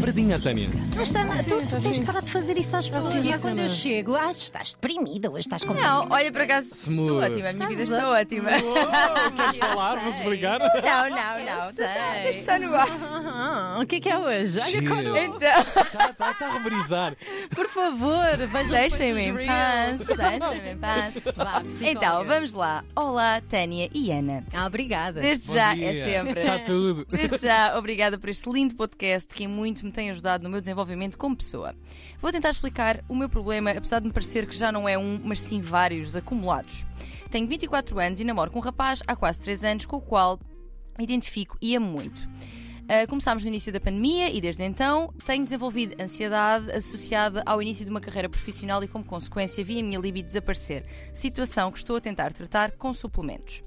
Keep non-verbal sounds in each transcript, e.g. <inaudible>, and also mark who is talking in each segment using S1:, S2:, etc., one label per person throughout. S1: Sardinha, Tânia.
S2: Mas está na- tu, tu Então tens de parar de fazer isso às pessoas.
S3: sim,
S2: Já
S3: sim,
S2: quando eu
S3: não.
S2: chego, ah, estás deprimida, hoje estás com
S3: Não, olha para acaso, estou
S1: Smooth.
S3: ótima, a minha vida
S2: Estás
S3: está ótima.
S1: queres falar? Vamos brigar?
S3: Não, não, tá não, está, está no ar.
S2: Ah, o que é que é hoje? Olha
S1: Giro.
S2: quando...
S3: Então,
S1: Está tá, tá a reverizar.
S2: Por favor, vejam
S3: deixem-me em
S2: depois os
S3: paz, <laughs>
S2: reels.
S3: deixem-me em paz.
S2: Vá, psicóloga.
S3: Então, vamos lá. Olá, Tânia e Ana.
S2: Ah, obrigada.
S3: Desde já é sempre.
S1: Está tudo.
S3: Desde já, obrigada por este lindo podcast que muito me tem ajudado no meu desenvolvimento como pessoa. Vou tentar explicar o meu problema, apesar de me parecer que já não é um, mas sim vários acumulados. Tenho 24 anos e namoro com um rapaz há quase 3 anos, com o qual me identifico e amo muito. Ah, começámos no início da pandemia e desde então tenho desenvolvido ansiedade associada ao início de uma carreira profissional e, como consequência, vi a minha libido desaparecer, situação que estou a tentar tratar com suplementos.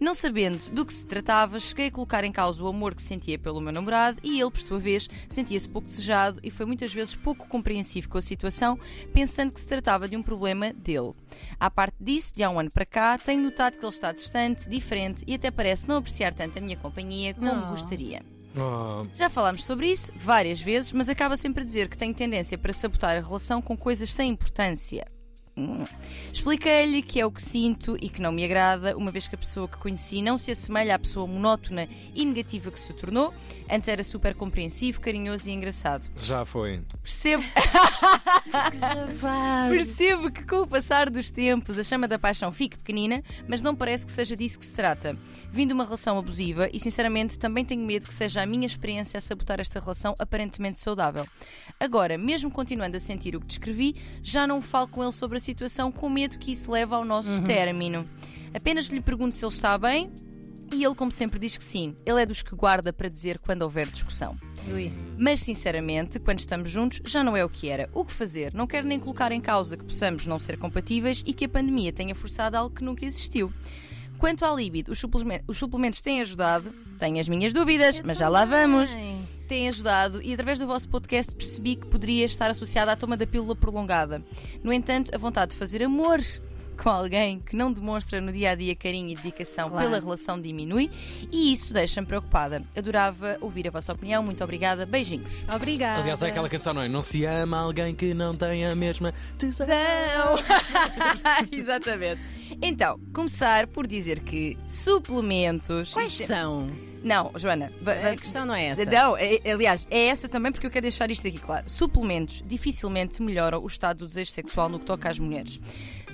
S3: Não sabendo do que se tratava, cheguei a colocar em causa o amor que sentia pelo meu namorado e ele, por sua vez, sentia-se pouco desejado e foi muitas vezes pouco compreensivo com a situação, pensando que se tratava de um problema dele. À parte disso, de há um ano para cá, tenho notado que ele está distante, diferente e até parece não apreciar tanto a minha companhia como
S2: Oh.
S3: gostaria.
S1: Oh,
S3: Já falámos sobre isso várias vezes, mas acaba sempre a dizer que tem tendência para sabotar a relação com coisas sem importância. Hum. Expliquei-lhe que é o que sinto e que não me agrada, uma vez que a pessoa que conheci não se assemelha à pessoa monótona e negativa que se tornou. Antes era super compreensivo, carinhoso e engraçado.
S1: já foi.
S3: Percebo
S2: Vá.
S3: Percebo que com o passar dos tempos a chama da paixão fique pequenina, mas não parece que seja disso que se trata. Vim de uma relação abusiva e, sinceramente, também tenho medo que seja a minha experiência a sabotar esta relação aparentemente saudável. Agora, mesmo continuando a sentir o que descrevi, já não falo com ele sobre a situação com medo que isso leve ao nosso término. Apenas lhe pergunto se ele está bem. E ele, como sempre, diz que sim. Ele é dos que guarda para dizer quando houver discussão.
S2: Ui.
S3: Mas sinceramente, quando estamos juntos, já não é o que era. O que fazer? Não quero nem colocar em causa que possamos não ser compatíveis e que a pandemia tenha forçado algo que nunca existiu. Quanto à libido, os suplemen- os suplementos têm ajudado, tenho as minhas dúvidas, mas já lá vamos
S2: Bem.
S3: tem ajudado e através do vosso podcast percebi que poderia estar associada à toma da pílula prolongada. No entanto, a vontade de fazer amor com alguém que não demonstra no dia a dia carinho e dedicação
S2: Claro.
S3: pela relação diminui e isso deixa-me preocupada. Adorava ouvir a vossa opinião. Muito obrigada. Beijinhos.
S2: Obrigada.
S1: Aliás, é aquela canção, não é? Não se ama alguém que não tem a mesma tesão.
S3: <laughs> Exatamente. Então, começar por dizer que suplementos.
S2: Quais são?
S3: Não, Joana, va- va-
S2: A questão não é essa.
S3: Não, é- é- aliás, é essa também porque eu quero deixar isto aqui claro. Suplementos dificilmente melhoram o estado do desejo sexual no que toca às mulheres.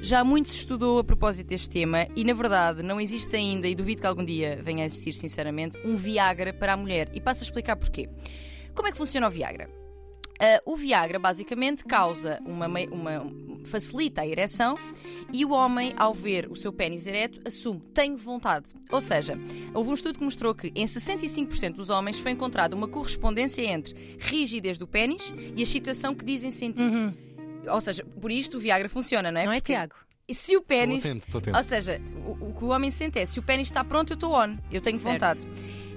S3: Já muito se estudou a propósito deste tema e, na verdade, não existe ainda, e duvido que algum dia venha a existir, sinceramente, um Viagra para a mulher. E passo a explicar porquê. Como é que funciona o Viagra? Ah, o Viagra basicamente causa uma, mei- uma- facilita a ereção e o homem, ao ver o seu pênis ereto, assume tenho vontade. Ou seja, houve um estudo que mostrou que em 65% dos homens foi encontrada uma correspondência entre rigidez do pênis e a excitação que dizem sentir. Ou seja, por isto o Viagra funciona, Uhum. não é?
S2: Não é,
S3: Porque
S2: Tiago?
S3: Se o
S1: Estou
S3: pênis
S1: atento, estou
S3: ou
S1: atento.
S3: seja, o, o que o homem sente é se o pênis está pronto, eu estou on, eu tenho
S2: Certo.
S3: vontade.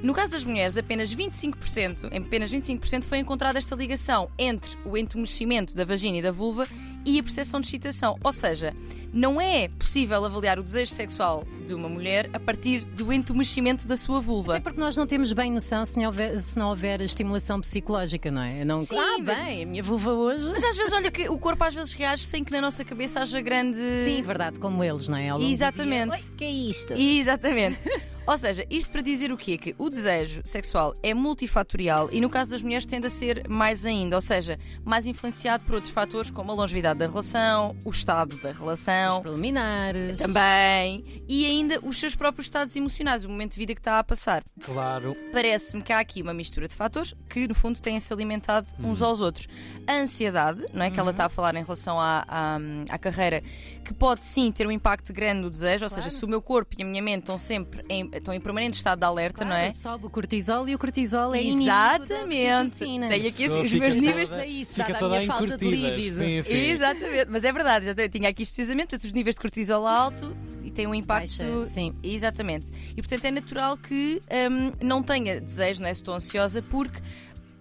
S3: No caso das mulheres, apenas 25%, em apenas 25% foi encontrada esta ligação entre o entumecimento da vagina e da vulva e a percepção de excitação. Ou seja, não é possível avaliar o desejo sexual de uma mulher a partir do entumecimento da sua vulva.
S2: Até porque nós não temos bem noção se não houver, se não houver estimulação psicológica, não é? Eu não...
S3: Sim,
S2: ah,
S3: mas-
S2: bem, a minha vulva hoje.
S3: Mas às vezes, olha, que o corpo às vezes reage sem que na nossa cabeça haja grande.
S2: Sim, verdade, como eles, não é? Ao longo do dia,
S3: Exatamente.
S2: "Oi, que é isto?
S3: Exatamente. Ou seja, isto para dizer o quê? Que o desejo sexual é multifatorial e no caso das mulheres tende a ser mais ainda, ou seja, mais influenciado por outros fatores como a longevidade da relação, o estado da
S2: Os
S3: relação
S2: preliminares.
S3: também e ainda os seus próprios estados emocionais, o momento de vida que está a passar.
S1: Claro.
S3: Parece-me que há aqui uma mistura de fatores que, no fundo, têm se alimentado uns
S2: Uhum.
S3: aos outros. A ansiedade, não é? Que ela está a falar em relação à, à, à carreira, que pode sim ter um impacto grande no desejo, ou seja, se o meu corpo e a minha mente estão sempre em, estão em permanente estado de alerta,
S2: Claro,
S3: não é?
S2: Sobe o cortisol e o cortisol é inimigo da
S3: Exatamente.
S2: oxitocina.
S3: Tenho aqui
S1: Só
S3: é os
S1: fica
S3: meus
S1: toda-
S3: níveis.
S2: está aí, se
S1: Fica
S2: dá da
S1: toda
S2: minha falta de
S1: encurtida.
S2: libido.
S1: Sim, sim.
S3: Exatamente, mas é verdade, exatamente. eu tinha aqui isto precisamente, portanto, os níveis de cortisol alto e tem um impacto
S2: Baixa, sim.
S3: Exatamente. E portanto é natural que hum, não tenha desejo, não é? Se estou ansiosa, porque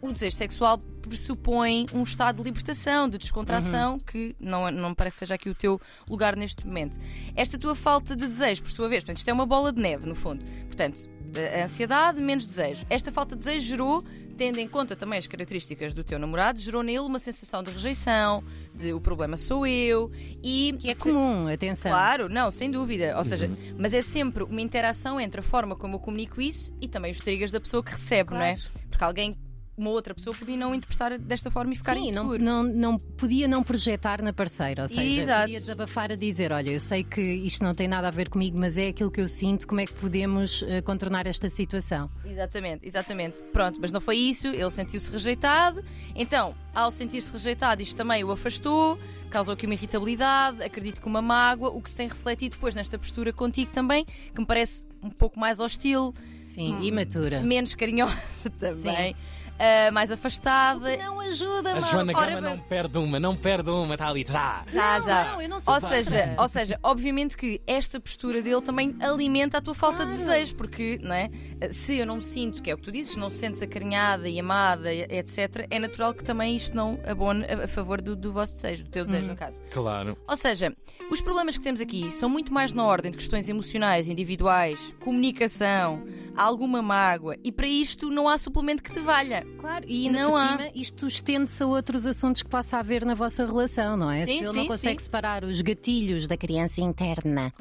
S3: o desejo sexual pressupõe um estado de libertação, de
S2: Uhum.
S3: descontração, que não, não me parece que seja aqui o teu lugar neste momento. Esta tua falta de desejo, por sua vez, portanto, isto é uma bola de neve, no fundo. Portanto, Eh, Ansiedade, menos desejo. Esta falta de desejo gerou, tendo em conta também as características do teu namorado, gerou nele uma sensação de rejeição, de o problema sou eu e.
S2: Que é comum, atenção.
S3: Claro, não, sem dúvida. Ou seja,
S1: Uhum.
S3: mas é sempre uma interação entre a forma como eu comunico isso e também os triggers da pessoa que recebe, não é? Porque alguém, uma outra pessoa, podia não interpretar desta forma e ficar
S2: Sim, não,
S3: inseguro.
S2: não, não podia não projetar na parceira, ou seja,
S3: Exato.
S2: podia desabafar a dizer: olha, eu sei que isto não tem nada a ver comigo, mas é aquilo que eu sinto, como é que podemos eh, contornar esta situação?
S3: Exatamente, exatamente. Pronto, mas não foi isso, ele sentiu-se rejeitado. Então, ao sentir-se rejeitado, isto também o afastou, causou aqui uma irritabilidade, acredito que uma mágoa, o que se tem refletido depois nesta postura contigo também, que me parece um pouco mais hostil,
S2: Sim,
S3: Hum.
S2: imatura.
S3: menos carinhosa <laughs> também, ah, mais afastada.
S2: Não ajuda,
S1: A
S2: mal.
S1: Joana
S3: ora
S1: Gama
S3: bem.
S1: não perde uma, não perde uma, está ali. Zá.
S3: Zá,
S2: Não,
S3: zá.
S2: não, eu não sou
S3: ou
S2: contra.
S3: seja, ou seja, obviamente que esta postura dele também alimenta a tua falta de desejo, porque não é? se eu não me sinto, que é o que tu dizes, se não te sentes acarinhada e amada, e- etc., é natural que também isto não abone a, a favor do, do vosso desejo, do teu
S2: Uhum.
S3: desejo, no caso.
S1: Claro.
S3: Ou seja, os problemas que temos aqui são muito mais na ordem de questões emocionais, individuais, comunicação, alguma mágoa, e para isto não há suplemento que te valha.
S2: Claro, e
S3: Não
S2: não por
S3: há.
S2: cima, isto estende-se a outros assuntos que possa haver na vossa relação, não é? Se
S3: Sim,
S2: ele
S3: sim,
S2: não consegue
S3: sim.
S2: separar os gatilhos da criança
S3: <laughs>
S2: interna.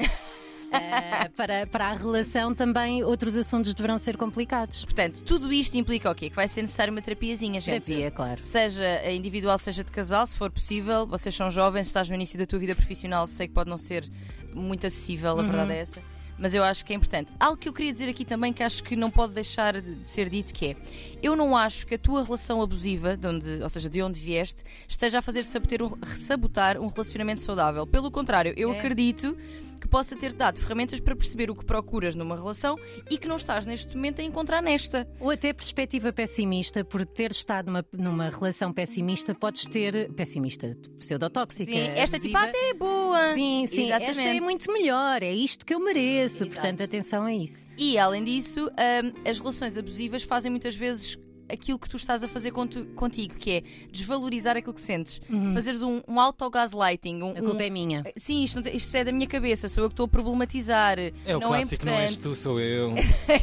S2: eh, para, para a relação também outros assuntos deverão ser complicados.
S3: Portanto, tudo isto implica o quê? Que vai ser necessário uma terapiazinha, gente.
S2: Terapia, claro.
S3: Seja individual, seja de casal, se for possível. Vocês são jovens, estás no início da tua vida profissional, sei que pode não ser muito acessível,
S2: Uhum.
S3: a verdade é essa. Mas eu acho que é importante. Algo que eu queria dizer aqui também, que acho que não pode deixar de de ser dito, que é: eu não acho que a tua relação abusiva, de onde, ou seja, de onde vieste, esteja a fazer sabotar um, sabotar um relacionamento saudável. Pelo contrário, eu
S2: É.
S3: acredito que possa ter-te dado ferramentas para perceber o que procuras numa relação e que não estás neste momento a encontrar nesta.
S2: Ou até perspectiva pessimista, por ter estado numa, numa relação pessimista, podes ter. pessimista, pseudotóxica.
S3: Sim, esta tipo
S2: abusiva.
S3: até é boa.
S2: Sim, sim, esta é
S3: Exatamente.
S2: muito melhor, é isto que eu mereço.
S3: Exato.
S2: Portanto, atenção a isso.
S3: E além disso, hum, as relações abusivas fazem muitas vezes aquilo que tu estás a fazer contu- contigo, que é desvalorizar aquilo que sentes, fazeres um, um auto-gaslighting, um,
S2: Uhum. A culpa
S3: um-
S2: é minha.
S3: Sim, isto, não te- isto é da minha cabeça, sou eu que estou a problematizar.
S1: É o
S3: não
S1: clássico,
S3: é
S1: não és
S3: importante.
S1: <laughs>
S3: <laughs>
S1: tu, sou eu.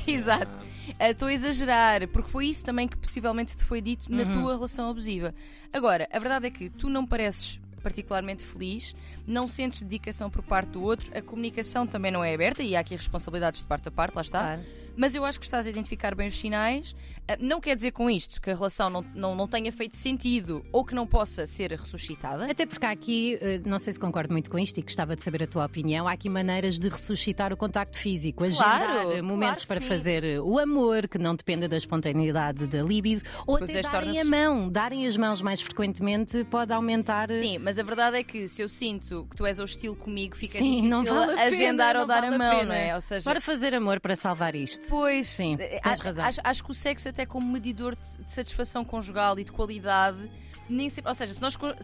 S3: Exato. Ah, Estou a exagerar, porque foi isso também que possivelmente te foi dito
S2: Uhum.
S3: na tua relação abusiva. Agora, a verdade é que tu não pareces particularmente feliz, não sentes dedicação por parte do outro, a comunicação também não é aberta e há aqui responsabilidades de parte a parte, lá está.
S2: Claro.
S3: Mas eu acho que estás a identificar bem os sinais. Ah, Não quer dizer com isto que a relação não, não, não tenha feito sentido ou que não possa ser ressuscitada.
S2: Até porque há aqui, eh, não sei se concordo muito com isto e gostava de saber a tua opinião, há aqui maneiras de ressuscitar o contacto físico, agendar
S3: Claro,
S2: eh, momentos
S3: claro que
S2: para
S3: sim.
S2: fazer eh, o amor, que não dependa da espontaneidade da libido, ou
S3: Pois
S2: até
S3: é,
S2: darem
S3: torna-se-
S2: a mão, darem as mãos mais frequentemente pode aumentar. eh,
S3: Sim, mas a verdade é que se eu sinto que tu és hostil comigo, fica
S2: Sim,
S3: difícil
S2: não vale a pena,
S3: agendar
S2: não
S3: ou dar
S2: vale
S3: a
S2: a
S3: mão,
S2: pena.
S3: não é? Ou seja,
S2: Para fazer amor para salvar isto.
S3: Pois,
S2: Sim,
S3: eh,
S2: tens
S3: acho,
S2: razão.
S3: Acho, acho que o sexo, é até como medidor de, de satisfação conjugal e de qualidade, nem sempre. Ou seja, se nós, co-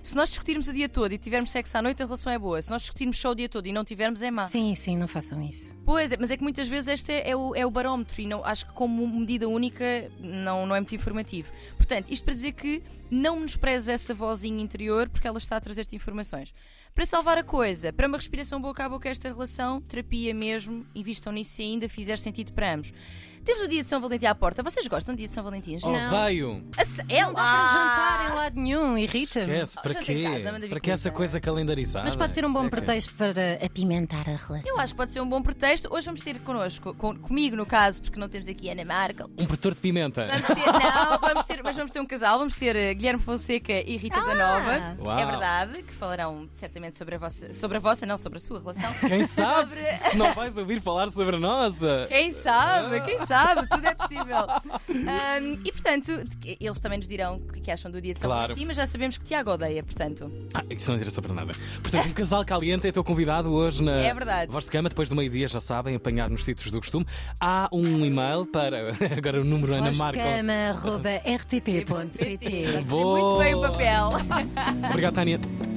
S3: se nós discutirmos o dia todo e tivermos sexo à noite, a relação é boa. Se nós discutirmos só o dia todo e não tivermos, é má.
S2: Sim, sim, não façam isso.
S3: Pois, é, mas é que muitas vezes este é, é o, é o barómetro e não, acho que, como medida única, não, não é muito informativo. Portanto, isto para dizer que não menosprezes essa vozinha interior porque ela está a trazer-te informações. Para salvar a coisa, para uma respiração boca a boca, esta relação, terapia mesmo, invistam nisso se ainda fizer sentido para ambos. Temos o dia de São Valentim à porta. Vocês gostam do dia de São Valentim? gente?
S1: Odeio.
S3: A se- É
S2: Não dá para jantar em
S3: lá!
S2: lado nenhum, irrita-me.
S1: Esquece, é para
S3: Janta em
S1: quê?
S3: casa, manda vir
S1: Para que essa
S3: pizza.
S1: coisa calendarizada?
S2: Mas pode ser um bom
S1: Seca.
S2: pretexto para apimentar a relação.
S3: Eu acho que pode ser um bom pretexto. Hoje vamos ter connosco, com- comigo no caso, porque não temos aqui a Ana Markel.
S1: Um protetor de pimenta.
S3: Vamos ter, não, vamos ter, mas vamos ter um casal, vamos ter eh, Guilherme Fonseca e Rita da Nova.
S1: Uau.
S3: É verdade, que falarão certamente sobre a vossa, sobre a vossa, não sobre a
S1: <laughs>
S3: sua relação.
S1: Quem sabe
S3: Sobre-
S1: se não vais ouvir falar sobre a nossa?
S3: Quem sabe, quem
S1: Ah!
S3: sabe, tudo é possível.
S1: <laughs>
S3: Ahm, e portanto, de- eles também nos dirão o que que acham do dia de São
S1: Claro.
S3: Valentim, mas já sabemos que Tiago odeia, portanto.
S1: Ah, isso não interessa para nada. Portanto, um casal caliente é teu convidado hoje na
S3: É verdade.
S1: Voz de Cama. Depois do meio-dia, já sabem, apanhar nos sítios do costume. Há um e-mail para. <laughs> Agora o número Ana Marco.
S2: Vozcama.rtp.pt
S3: Muito bem o
S1: Boa.
S3: papel. <laughs>
S1: Obrigado, Tânia.